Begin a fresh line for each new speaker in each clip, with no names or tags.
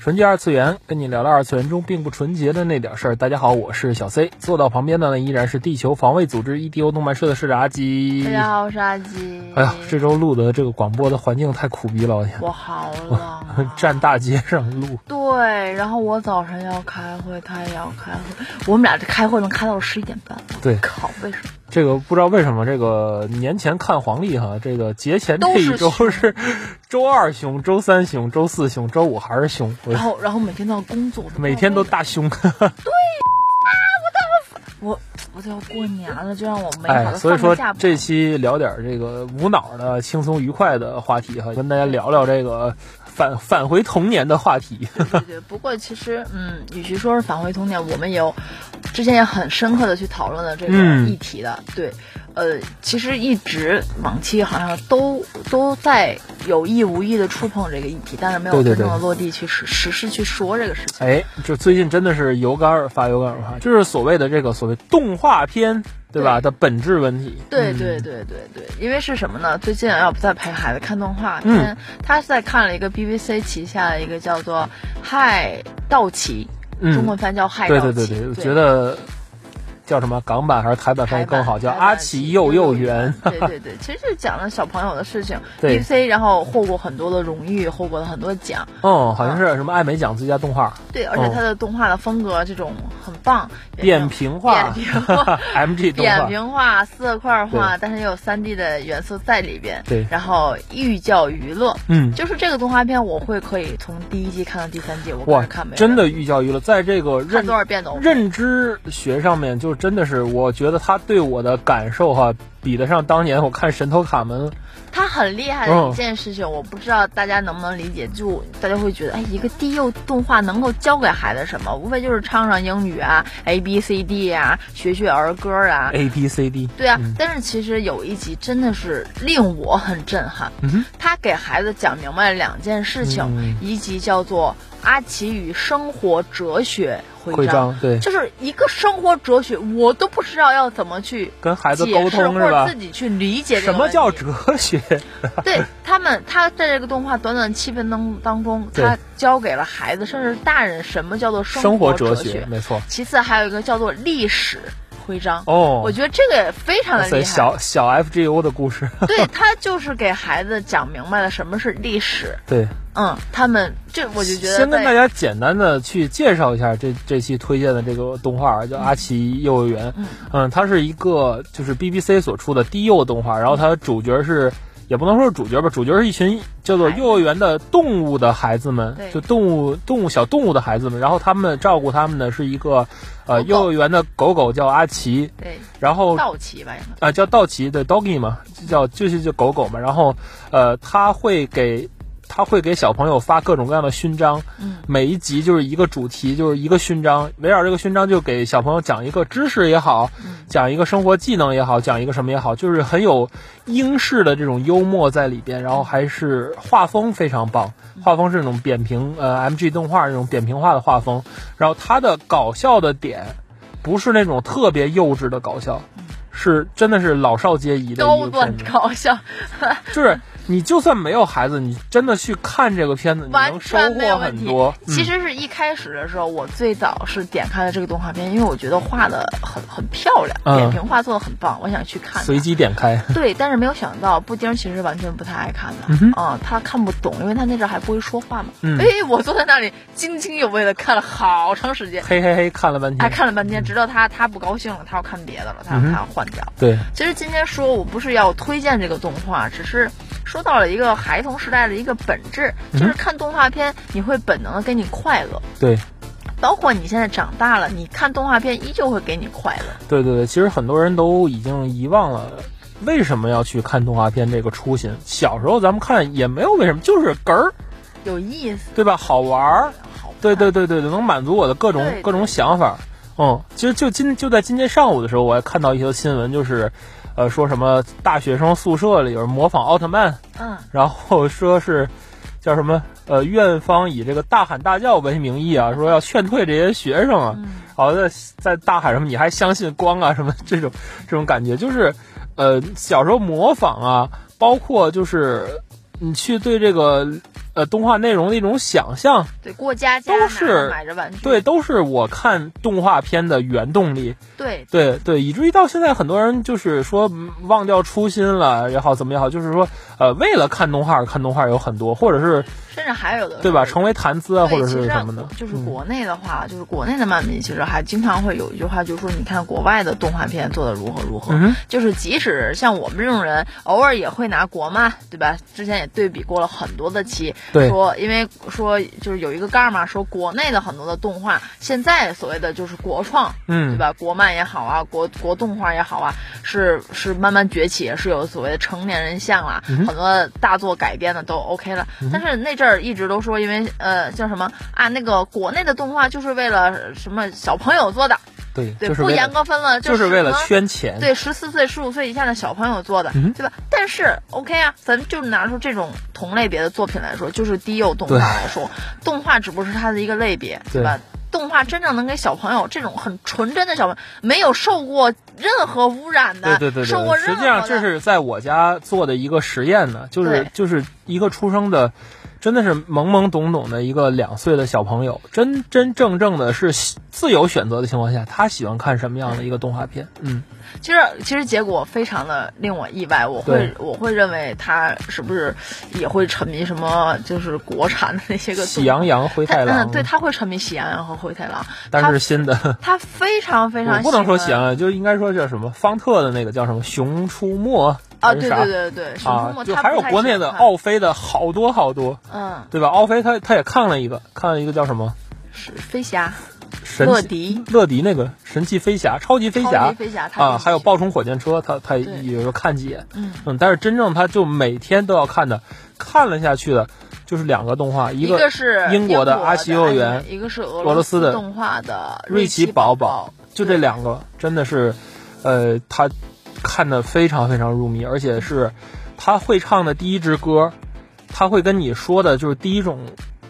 纯洁二次元，跟你聊聊二次元中并不纯洁的那点事儿。大家好，我是小 C，坐到旁边的呢依然是地球防卫组织 EDO 动漫社的社长阿基。
大家好，我是阿吉。
哎呀，这周录的这个广播的环境太苦逼了，我天，。
我好冷、啊
站大街上录，
对，然后我早晨要开会，他也要开会，我们俩这开会能开到十一点半。
对
靠，为什么？
这个不知道为什么，这个年前看黄历哈，这个节前这一周
都是
是 周二凶，周三凶，周四凶，周五还是凶，我
然后，然后每天都要工作，
每天都大凶。
我我就要过年了，就让我美好
哎，
的
所以说
假吧。
这期聊点这个无脑的、轻松愉快的话题哈，跟大家聊聊这个返返回童年的话 题。
对对，不过其实，嗯，与其说是返回童年，我们也有之前也很深刻的去讨论了这个
嗯
议题的。对，呃，其实一直往期好像都都在有意无意的触碰这个议题，但是没有
对对
真正的
对
落地去实实事去说这个事情。
哎，就最近真的是有感而发，有感而发，就是所谓的这个所谓动画片，对吧？的本质问题。
对
嗯
对对对对，因为是什么呢？最近啊要不在陪孩子看动画
嗯
片，他是在看了一个 BBC 旗下的一个叫做《嗨道奇》，
嗯
中文翻叫《嗨
对
道
对
奇
对》对，我
对
觉得叫什么港版还是台版翻译更好，叫《阿奇幼幼园》。
对对对，其实就是讲了小朋友的事情。
对
BBC 然后获过很多的荣誉，获过了很多奖。
哦，好像是什么艾美奖最佳动画，
对，而且
哦
它的动画的风格这种很棒，也
扁
是
平化
扁 平化
，MG 动
扁
画。
平化、色块化，但是也有3 D 的元素在里边。
对
然后寓教于乐，
嗯，
就是这个动画片，我会可以从第一季看到第三季，我
哇
看看没，
真的寓教于乐，在这个
看
认
多少遍都 OK。
认知学上面，就真的是，我觉得他对我的感受哈、比得上当年我看《神偷卡门》
他很厉害
哦
的一件事情，我不知道大家能不能理解，就大家会觉得，哎，一个低幼动画能够教给孩子什么？无非就是唱唱英语啊，A B C D 啊，学学儿歌啊。
A B C D，
对啊，但是其实有一集真的是令我很震撼，
嗯哼
他给孩子讲明白了两件事情，
嗯
一集叫做《阿奇与生活哲学
徽章对，
就是一个生活哲学，我都不知道要怎么去
跟孩子
解
沟
释
通
或
是
者
吧
自？己去理解这
什
个
么
问
叫
题
哲学？
对他们，他在这个动画短短七分钟当中，
对
他教给了孩子，甚至大人什么叫做
生
活
活
哲
哲学，没错。
其次还有一个叫做历史徽章。
哦，
我觉得这个也非常的
所以
厉害
哦小， 小 F G O 的故事，
对他就是给孩子讲明白了什么是历史，
对，
嗯，他们这我就觉得
先跟
在
大家简单的去介绍一下这这期推荐的这个动画，叫《阿奇幼儿园》。
嗯
嗯，它是一个就是 BBC 所出的低幼动画，然后它的主角是。也不能说是主角吧，主角是一群叫做
孩子
幼儿园的动物的孩子们
对，
就动物动物小动物的孩子们，然后他们照顾他们的是一个，呃，
狗狗
幼儿园的狗狗叫阿奇，
对
然后
道奇吧，应该
啊，叫道奇的 doggy 嘛，就叫就是叫狗狗嘛。然后，呃，他会给他会给小朋友发各种各样的勋章，
嗯
每一集就是一个主题，就是一个勋章，围绕这个勋章就给小朋友讲一个知识也好，
嗯
讲一个生活技能也好，讲一个什么也好，就是很有英式的这种幽默在里边，然后还是画风非常棒，
嗯
画风是那种扁平呃 MG 动画那种扁平化的画风，然后它的搞笑的点不是那种特别幼稚的搞笑，
嗯
是真的是老少皆宜的一
高
个片
端
子，
搞笑，
就是你就算没有孩子，你真的去看这个片子，你
完
能收
全没有
获
问
很
题
多。。
其
嗯
实是一开始的时候，我最早是点开了这个动画片，因为我觉得画的很很漂亮，
嗯
扁平画做的很棒，我想去看它。
随机点开，
对，但是没有想到布丁其实完全不太爱看的，
嗯哼
啊、他看不懂，因为他那阵儿还不会说话嘛。
嗯
哎，我坐在那里津津有味的看了好长时间，
嘿嘿嘿，看了半
哎，
天，
看了半天，直到他他不高兴了，他要看别的了，他要、
嗯哼
他要换掉。
对，
其实今天说我不是要推荐这个动画，只是说到了一个孩童时代的一个本质，
嗯
就是看动画片你会本能的给你快乐，
对。
包括你现在长大了，你看动画片依旧会给你快乐。
对对对，其实很多人都已经遗忘了为什么要去看动画片这个初心。小时候咱们看也没有为什么，就是哏儿，
有意思，
对吧？好玩儿，
好看
对对对对对，能满足我的各种
对对
各种想法。嗯，其实就今就在今天上午的时候，我还看到一条新闻，就是，呃，说什么大学生宿舍里有人模仿奥特曼，
嗯，
然后说是叫什么呃，院方以这个大喊大叫为名义啊，说要劝退这些学生
嗯
啊，好在在大喊什么你还相信光啊什么这种这种感觉，就是呃小时候模仿啊，包括就是你去对这个呃动画内容的一种想象，
对，过家家
都
拿着
是
买着玩具，
对，都是我看动画片的原动力。
对
对对，以至于到现在，很多人就是说嗯忘掉初心了也好，怎么也好，就是说，呃，为了看动画而看动画有很多，或者是
甚至还有的
对吧，
是
成为谈资啊，
对，
或者
其
是
实
什么的，
就是
嗯
国内的话，就是国内的漫迷，其实还经常会有一句话，就是说，你看国外的动画片做的如何如何，
嗯哼
就是即使像我们这种人，偶尔也会拿国漫，对吧？之前也对比过了很多的期，
对
说因为说就是有一个盖儿嘛，说国内的很多的动画，现在所谓的就是国创，对
嗯，
吧？国漫也好啊，国国动画也好啊，是是慢慢崛起，是有所谓的成年人像啦，
嗯哼嗯
很多大作改编的都 OK 了。但是那阵儿一直都说，因为呃叫什么啊，那个国内的动画就是为了什么小朋友做的，
对，
对，
就是
不
为
严
了
格分了，
就是是为了
什么
圈钱，
对十四岁、十五岁以下的小朋友做的，
嗯
对吧？但是 OK 啊，咱们就拿出这种同类别的作品来说，就是低幼动画
对
来说，动画只不过是它的一个类别，对
对
吧？动画真正能给小朋友这种很纯真的小朋友，没有受过任何污染的，
对对对
受过
对，实
任何
际上这是在我家做的一个实验呢，就是
对
就是一个出生的，真的是懵懵懂懂的一个两岁的小朋友，真真正正的是喜自由选择的情况下，他喜欢看什么样的一个动画片，嗯，
其实其实结果非常的令我意外，我会我会认为他是不是也会沉迷什么，就是国产的那些个
喜羊
羊。
羊、灰
他
太狼，
嗯，对，他会沉迷喜羊羊和灰太狼，
但是新的。
他非常非常
我不能说
喜
喜
欢
羊羊，就应该说叫什么方特的那个叫什么《熊出没》
啊，
还是
对
啥
对对对，熊出
啊，
没
就
它
还有
不太
国内的
喜欢
奥飞的好多好多，
嗯
对吧？奥飞他他也看了一个，看了一个叫什么
是飞侠、
神
乐
奇
迪、
乐迪那个神奇飞侠、超级飞
超
侠
级飞侠他
啊，
自己
还有爆冲火箭车，他他
对
也有看几眼，
嗯
但是真正他就每天都要看的，看了下去的，就是两个动画，一
个是
英
国
国的
阿
阿西幼园
一个是俄
俄罗斯的
动画的
瑞
奇
奇嗯
宝
宝宝，就这两个真的是，呃，他看的非常非常入迷，而且是他会唱的第一支歌，他会跟你说的就是第一种，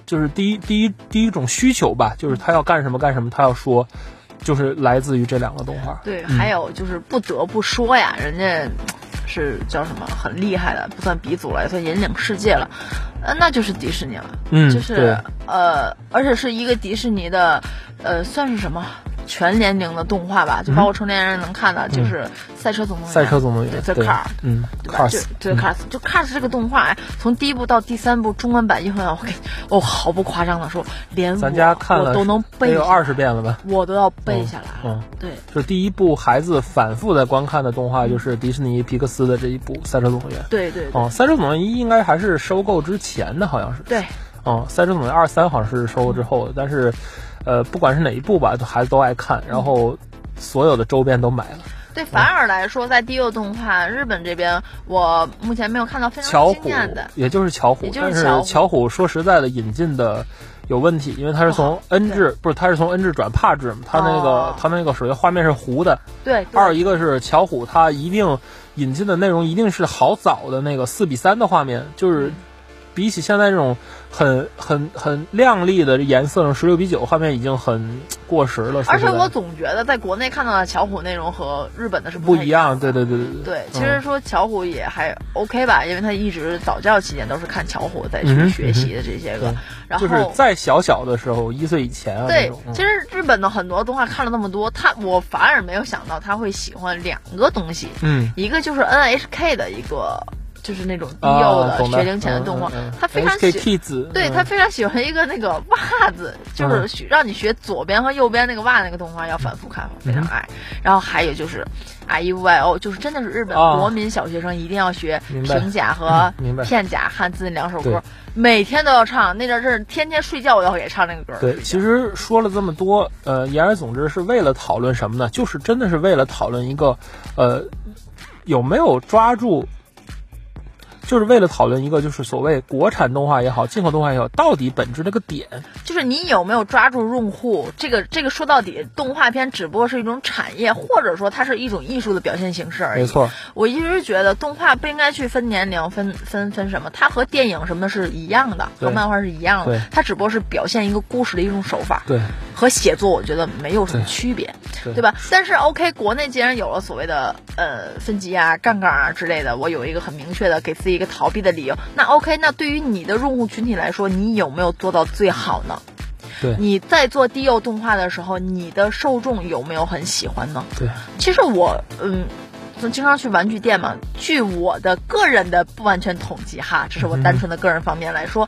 就是第一第一第一种需求吧，就是他要干什么干什么，他要说，就是来自于这两个动画。
对，对
嗯
还有就是不得不说呀，人家是叫什么很厉害的，不算鼻祖了，也算引领世界了，呃，那就是迪士尼了，
嗯，
就是
对
呃，而且是一个迪士尼的，呃，算是什么全年龄的动画吧，就包括成年人能看的，就是《赛车总动员》。
嗯赛车总动员，对
对 The Car，，
嗯
对吧？就
，Cars，
对 Cars，就 Cars 这个动画呀，从第一部到第三部中文版、英文版，我给我毫不夸张的说，连我
咱家看
我
了
都能
得
背
有
下
二十遍了吧？
我都要背下来了。
嗯，
对，
就是第一部孩子反复在观看的动画，就是迪士尼皮克斯的这一部《赛车总动员》。
对对对
哦，赛车总动员一应该还是收购之前的，好像是。
对，
嗯，赛车总动员二三好像是收购之后的，但是，呃，不管是哪一部吧，都孩子都爱看，
嗯
然后所有的周边都买了。
对，反而来说，在低幼动画日本这边，我目前没有看到非
巧
常
虎
惊艳的。，
也就是巧虎
也，就是
但
巧
是
虎
巧虎说实在的，引进的。有问题，因为它是
不
从
好
N 制，不是它是从 N 制转帕制嘛，它那个、
哦
它那个首先画面是糊的，
对，对
二一个是巧虎，它一定引进的内容一定是好早的那个四比三的画面，就是
嗯
比起现在这种很很很亮丽的颜色上十六比九画面已经很过时了。
而
说
且
实在
我总觉得在国内看到的巧虎内容和日本的是
不
太
一样，嗯对对对对
嗯对，其实说巧虎也还 OK 吧，因为他一直早教期间都是看巧虎再去
嗯哼
学习的这些个，
嗯
然后
就是再小小的时候，一岁以前啊那
对
种，，
其实日本的很多动画看了那么多，他我反而没有想到他会喜欢两个东西，
嗯，
一个就是 NHK 的一个就是那种低幼
啊
的
懂
学龄前的动画，
嗯嗯嗯
他非常
HK
喜。
Kids，
对他非常喜欢一个那个袜子，就是
嗯
许让你学左边和右边那个袜那个动画，要反复看，非常爱。
嗯
然后还有就是，I U Y O，就是真的是日本
啊
国民小学生一定要学
哦明白
平假和
嗯明白
片假汉字两首歌
对，
每天都要唱。那阵儿真是天天睡觉我要给唱那个歌儿。
对，其实说了这么多，呃，言而总之是为了讨论什么呢？就是真的是为了讨论一个，呃，有没有抓住就是为了讨论一个就是所谓国产动画也好，进口动画也好，到底本质那个点。
就是你有没有抓住用户？这个这个说到底，动画片只不过是一种产业，或者说它是一种艺术的表现形式而已。
没错，
我一直觉得动画不应该去分年龄、分分分什么，它和电影什么的是一样的，
对
和漫画是一样的
对，
它只不过是表现一个故事的一种手法。
对，
和写作我觉得没有什么区别，
对
对吧？但是 OK，国内既然有了所谓的呃分级啊、杠杠啊之类的，我有一个很明确的给自己一个逃避的理由。那 OK，那对于你的用户群体来说，你有没有做到最好呢？
对
你在做低幼动画的时候，你的受众有没有很喜欢呢？
对，
其实我嗯。就经常去玩具店嘛，据我的个人的不完全统计哈，这是我单纯的个人方面来说，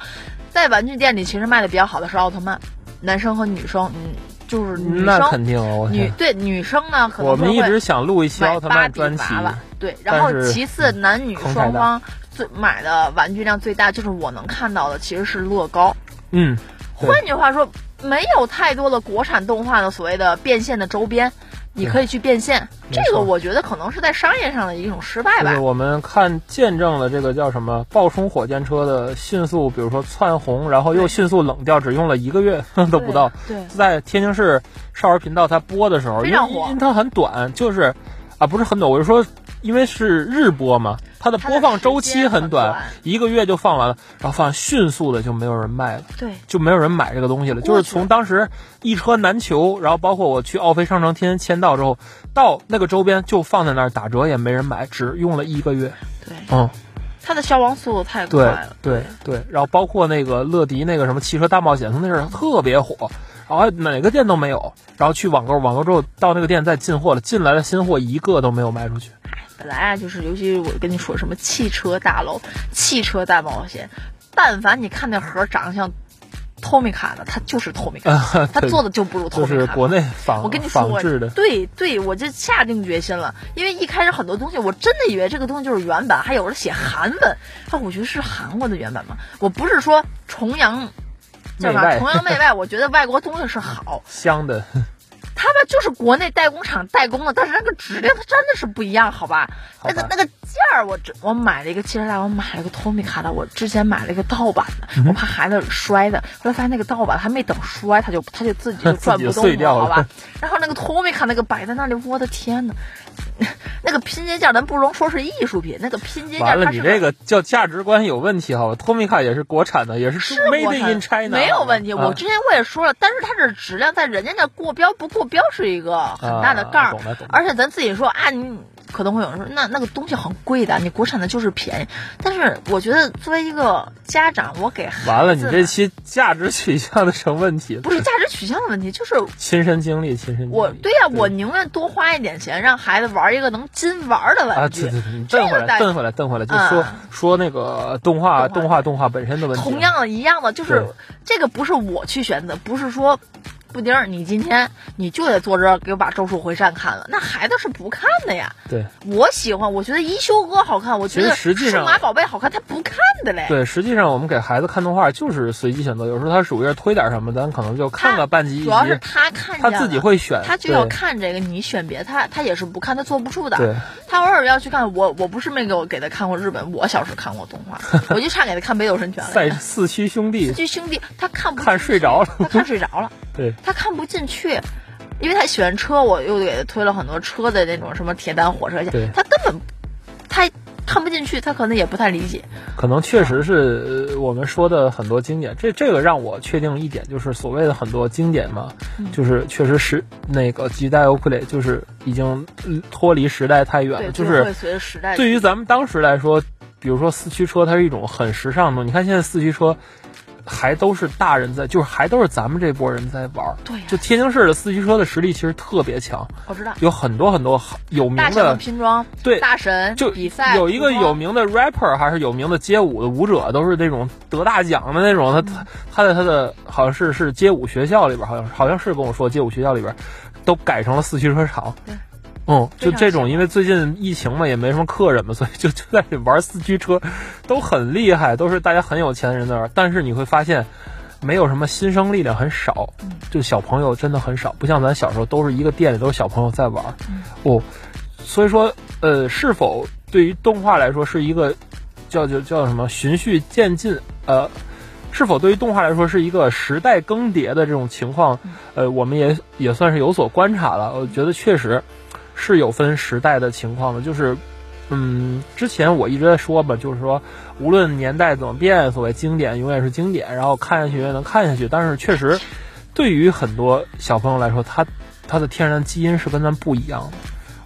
在玩具店里其实卖的比较好的是奥特曼，男生和女生，嗯，就是女
那肯
生
定啊！我
女
天，
对女生呢，可能
我们一
会
直想录一期
买
奥特
芭
曼
比
专题，
娃娃，对，
但
然后
是嗯
其次男女
坑太
双
大
方最买的玩具量最大，就是我能看到的其实是乐高，
嗯，对
换句话说，没有太多的国产动画的所谓的变现的周边，你可以去变现。
没错
这个我觉得可能是在商业上的一种失败
就是
吧。
我们看见证了这个叫什么爆冲火箭车的迅速，比如说窜红，然后又
对
迅速冷掉，只用了一个月 都不到。
对对
在天津市少儿频道它播的时候，
非
因为
常火
因为它很短，就是啊不是很短，我是说。因为是日播嘛，它的
它的
播放周
时
期
间很
很短，
短
一个月就放完了，然后放迅速的就没有人卖了，
对
就没有人买这个东西了。就是从当时一车难求，然后包括我去奥飞商城天天签到之后，到那个周边就放在那儿打折，也没人买，只用了一个月。
对，
嗯，
它的消亡速度太快
对
了。
对对，然后包括那个乐迪那个什么汽车大冒险，从那阵儿特别火，然后哪个店都没有，然后去网购，网购之后到那个店再进货了，进来的新货一个都没有卖 出去。
本来啊，就是尤其是我跟你说什么汽车大楼、汽车大冒险，但凡你看那盒儿长得像透明卡的，它就是透明卡，它
啊对
做的就不如透
就
明卡。
是国内仿
我跟你说
啊仿，制的，
对对，我就下定决心了，因为一开始很多东西我真的以为这个东西就是原版，还有人写韩文，啊，我觉得是韩国的原版嘛，我不是说崇洋。叫
媚
啥？
外
崇洋媚外，我觉得外国东西是好，
香的，
他们就是国内代工厂代工的，但是那个质量它真的是不一样，好吧？
好吧
那个那个件儿，我真我买了一个汽车大，我买了一个 Tomica 的，我之前买了一个盗版的，
嗯
我怕孩子摔的，后来发现那个盗版还没等摔，它就它就自己就
自己
转不
就
动
碎掉
好吧
了？
然后那个 Tomica 那个摆在那里，我的天呐！ 那个拼接件儿咱不能说是艺术品， 那个拼接件
完
儿
了
它
你
是
这个叫价值观有问题，好吧？托米卡也是国产的，也是
是我
made
看
in China，
没有问题。
好吧啊
我之前我也说了，但是它这质量在人家那过标不过标是一个很大的杠
啊
儿
懂了懂了，
而且咱自己说啊，你可能会有人说，那那个东西很贵的，你国产的就是便宜。但是我觉得作为一个家长，我给孩子
啊完了，你这期价值取向的成问题了，
不是价值取向的问题，就是
亲身经历，亲身经历。
我对呀、我宁愿多花一点钱让孩子玩一个能金玩的
啊，
玩具
对。对对，你
这
瞪回
个
来，
在
瞪回来，瞪回来，就说、说那个动画，
动画
动画，动画本身的问题。
同，样的一样的，就是
对
这个不是我去选择，不是说。布丁儿，你今天你就得坐这儿给我把《咒术回战》看了，那孩子是不看的呀。
对
我喜欢，我觉得《一休哥》好看，我觉
其
得
实实际
《数
上
码宝贝》好看，他不看的嘞。
对，实际上我们给孩子看动画就是随机选择，有时候他属于是推点什么，咱可能就看个半集一
主要是
集，
他看
他
见
自己
了
会选，
他就要看这个，你选别的他，他也是不看，他坐不住的。
对
他偶尔要去看我，我不是没给我给他看过日本，我小时候看过动 画，我就差给他看《北斗神拳》
对
了。
赛四驱兄弟
嗯四，驱兄弟，他看不
看
进
睡
去
着了
他看睡着了。
对，
他看不进去，因为他喜欢车，我又给他推了很多车的那种什么铁胆火车
对
线，他根本他看不进去，他可能也不太理解。
可能确实是呃我们说的很多经典，这这个让我确定一点，就是所谓的很多经典嘛，
嗯
就是确实是那个几代 o 克雷，就是已经嗯脱离时代太远
对，
了，就
这
是
会随着时代
对于咱们当时来说，比如说四驱车，它是一种很时尚的东西。你看现在四驱车还都是大人在，就是还都是咱们这波人在玩儿。
对呀
就天津市的四驱车的实力其实特别强，
我知道
有很多很多有名
大神的
的。
拼装，
对
大神
就
比赛
有一个
服装
有名的 rapper，还是有名的街舞的舞者，都是那种得大奖的那种。他他他在他的好像是是街舞学校里边，好像好像是跟我说街舞学校里边，都改成了四驱车场
对。
嗯，就
非常
这
羡
种，
慕
因为最近疫情嘛，也没什么客人嘛，所以就就在这玩四驱车，都很厉害，都是大家很有钱的人在玩。但是你会发现，没有什么新生力量很少，
嗯
就小朋友真的很少，不像咱小时候都是一个店里都是小朋友在玩。
嗯
哦，所以说，呃，是否对于动画来说是一个叫叫叫什么循序渐进，呃，是否对于动画来说是一个时代更迭的这种情况，呃，我们也也算是有所观察了。我觉得确实是有分时代的情况的，就是。嗯，之前我一直在说嘛，就是说，无论年代怎么变，所谓经典永远是经典，然后看下去也能看下去。但是确实，对于很多小朋友来说，他他的天然基因是跟咱不一样的。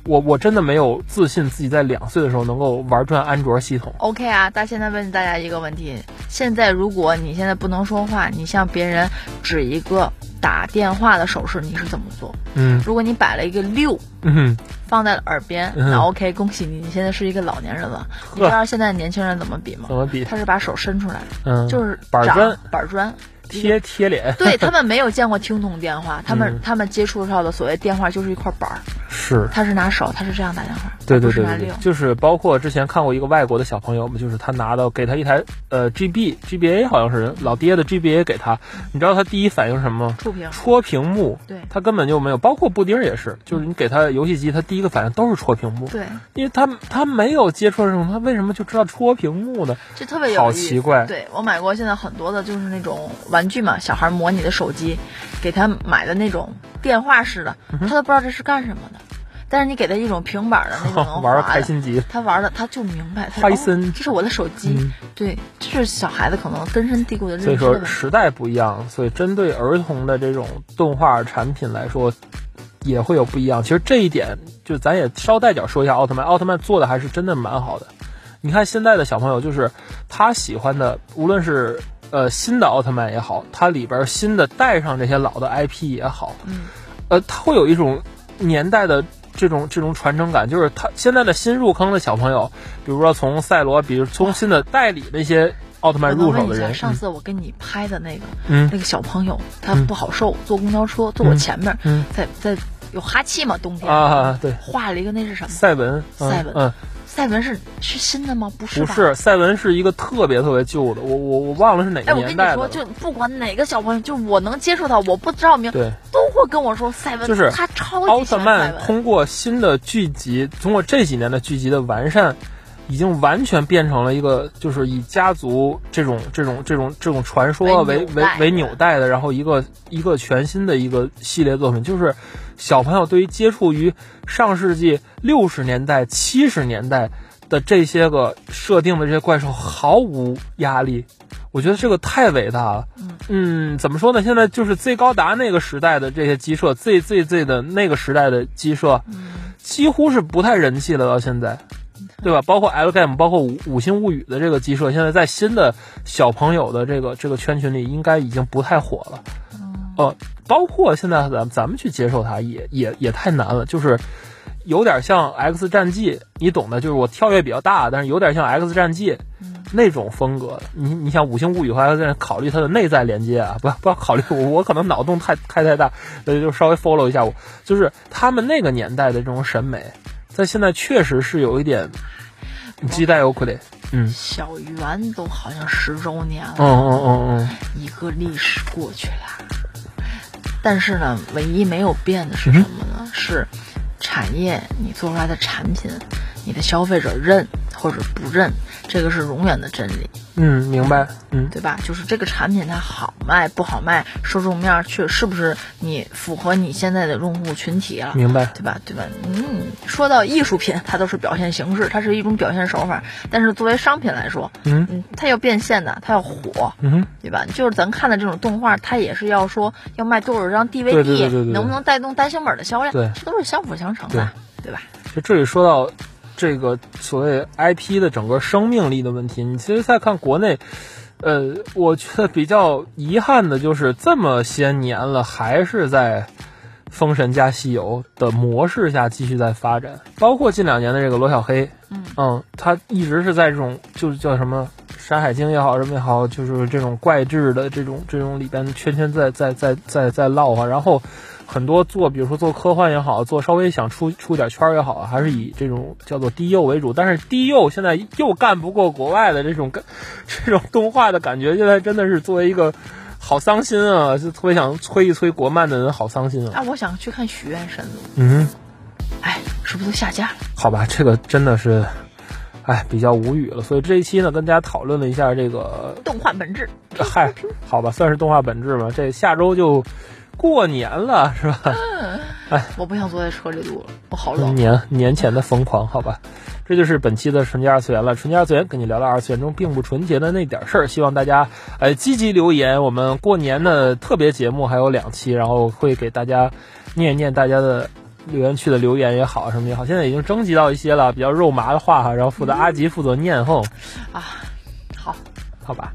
我我真的没有自信自己在两岁的时候能够玩转安卓系统。
OK 啊，但现在问大家一个问题：现在如果你现在不能说话，你向别人指一个打电话的手势，你是怎么做？
嗯
如果你摆了一个六
嗯，
放在了耳边，
嗯
那 OK，恭喜你，你现在是一个老年人了。你知道现在年轻人怎么比吗
怎？么比？
他是把手伸出来，
嗯，
就是
板
掌
砖
板砖。
贴贴脸。
对他们没有见过听筒电话，他们、
嗯
他们接触到的所谓电话就是一块板儿，
是
他是拿手，他是这样打电话，
对对
不是
对
拿
对
六
对，。就是包括之前看过一个外国的小朋友嘛，就是他拿到给他一台呃 GB GBA 好像是老爹的 GBA 给他，你知道他第一反应是什么吗？
触屏，
戳屏幕，
对
他根本就没有，包括布丁儿也是，就是你给他游戏机，他第一个反应都是戳屏幕，
对，
因为他他没有接触这种，他为什么就知道戳屏幕呢？
这特别有
好
意思
奇怪
对我买过现在很多的就是那种玩具嘛，小孩模拟的手机，给他买的那种电话式的，
嗯
他都不知道这是干什么的。但是你给他一种平板儿的那种 能
玩儿
滑的
开心极了。
他玩的他就明白，他
花
说
生
哦，这是我的手机。
嗯
对，这是小孩子可能根深蒂固的认
所以
知的
说
问题。
时代不一样，所以针对儿童的这种动画产品来说，也会有不一样。其实这一点，就咱也捎带脚说一下奥特曼，奥特曼做的还是真的蛮好的。你看现在的小朋友，就是他喜欢的，无论是呃新的奥特曼也好，它里边新的带上这些老的 IP 也好，
嗯，
呃，他会有一种年代的这种这种传承感，就是他现在的新入坑的小朋友，比如说从赛罗，比如从新的代理那些奥特曼
我能
入手
问
的
一下，
人，
上次我跟你拍的那个、
嗯。
那个小朋友，他
嗯
不好受，坐公交车坐我
嗯
前面，
嗯
在在有哈气嘛，冬天
啊，对，
画了一个那是什么？
赛文，嗯
赛文
嗯，
赛文是是新的吗？不是
不
吧？
是，赛文是一个特别特别旧的，我我我忘了是哪
哎，
个
我跟
年
你
代的
说，
了。
就不管哪个小朋友，就我能接触到，我不知道名，
对，
都会跟我说赛文，
就是
他超级
奥
喜
特
欢赛
曼
文。
通过新的剧集，通过这几年的剧集的完善，已经完全变成了一个就是以家族这种这种这种这种传说为
为纽
为
带
为纽带的，然后一个一个全新的一个系列作品，就是小朋友对于接触于上世纪六十年代、七十年代的这些个设定的这些怪兽毫无压力。我觉得这个太伟大了。嗯，怎么说呢？现在就是 Z 高达那个时代的这些鸡舍，Z Z Z 的那个时代的鸡舍，几乎是不太人气了。到现在， 对吧？包括 L Game，包括五五星物语的这个鸡舍，现在在新的小朋友的这个这个圈群里，应该已经不太火了。呃，包括现在咱咱们去接受它也，也也太难了，就是。有点像 X 战记，你懂的，就是我跳跃比较大，但是有点像 X 战记那种风格的。你你想《五星物语》还要在那考虑它的内在连接啊，不不要考虑我，我可能脑洞太开太大，所以就稍微 follow 一下我，就是他们那个年代的这种审美，在现在确实是有一点鸡蛋有苦的。嗯
小圆都好像十周年了，
嗯嗯嗯嗯，
一个历史过去了。但是呢，唯一没有变的是什么
嗯
呢？是产业，你做出来的产品，你的消费者认或者不认，这个是永远的真理，
嗯，明白。嗯
对吧？就是这个产品它好卖不好卖，受众面儿去是不是你符合你现在的用户群体了？
明白。
对吧？对吧？嗯，说到艺术品，它都是表现形式，它是一种表现手法。但是作为商品来说，
嗯
嗯，它要变现的，它要火，
嗯哼，
对吧？就是咱看的这种动画，它也是要说要卖多少张 DVD，
对对对对对
能不能带动单行本的销量？
对
这都是相辅相成的，对吧？
就这里说到这个所谓 IP 的整个生命力的问题，你其实再看国内，呃，我觉得比较遗憾的就是这么些年了，还是在。封神加西游的模式下继续在发展，包括近两年的这个罗小黑，
嗯
他一直是在这种就是叫什么《山海经》也好什么也好，就是这种怪志的这种这种里边圈圈在在在在在唠啊，然后很多做，比如说做科幻也好，做稍微想出出点圈儿也好啊，还是以这种叫做低幼为主。但是低幼现在又干不过国外的这种感，这种动画的感觉，现在真的是作为一个好伤心啊，就特别想催一催国漫的人，好伤心啊。
啊，我想去看《许愿神族
嗯，》，
哎，是不是都下架了？
好吧，这个真的是，哎，比较无语了。所以这一期呢，跟大家讨论了一下这个，
动画本质。
嗨，好吧，算是动画本质吧。这下周就过年了，是吧？
我不想坐在车里录了，我好冷。
嗯年年前的疯狂，好吧。这就是本期的纯洁二次元了。纯洁二次元跟你聊聊二次元中并不纯洁的那点事儿，希望大家呃积极留言。我们过年的特别节目还有两期，然后会给大家念一念大家的留言区的留言也好，什么也好，现在已经征集到一些了，比较肉麻的话哈，然后负责阿吉负责念后，
啊，好，
好吧。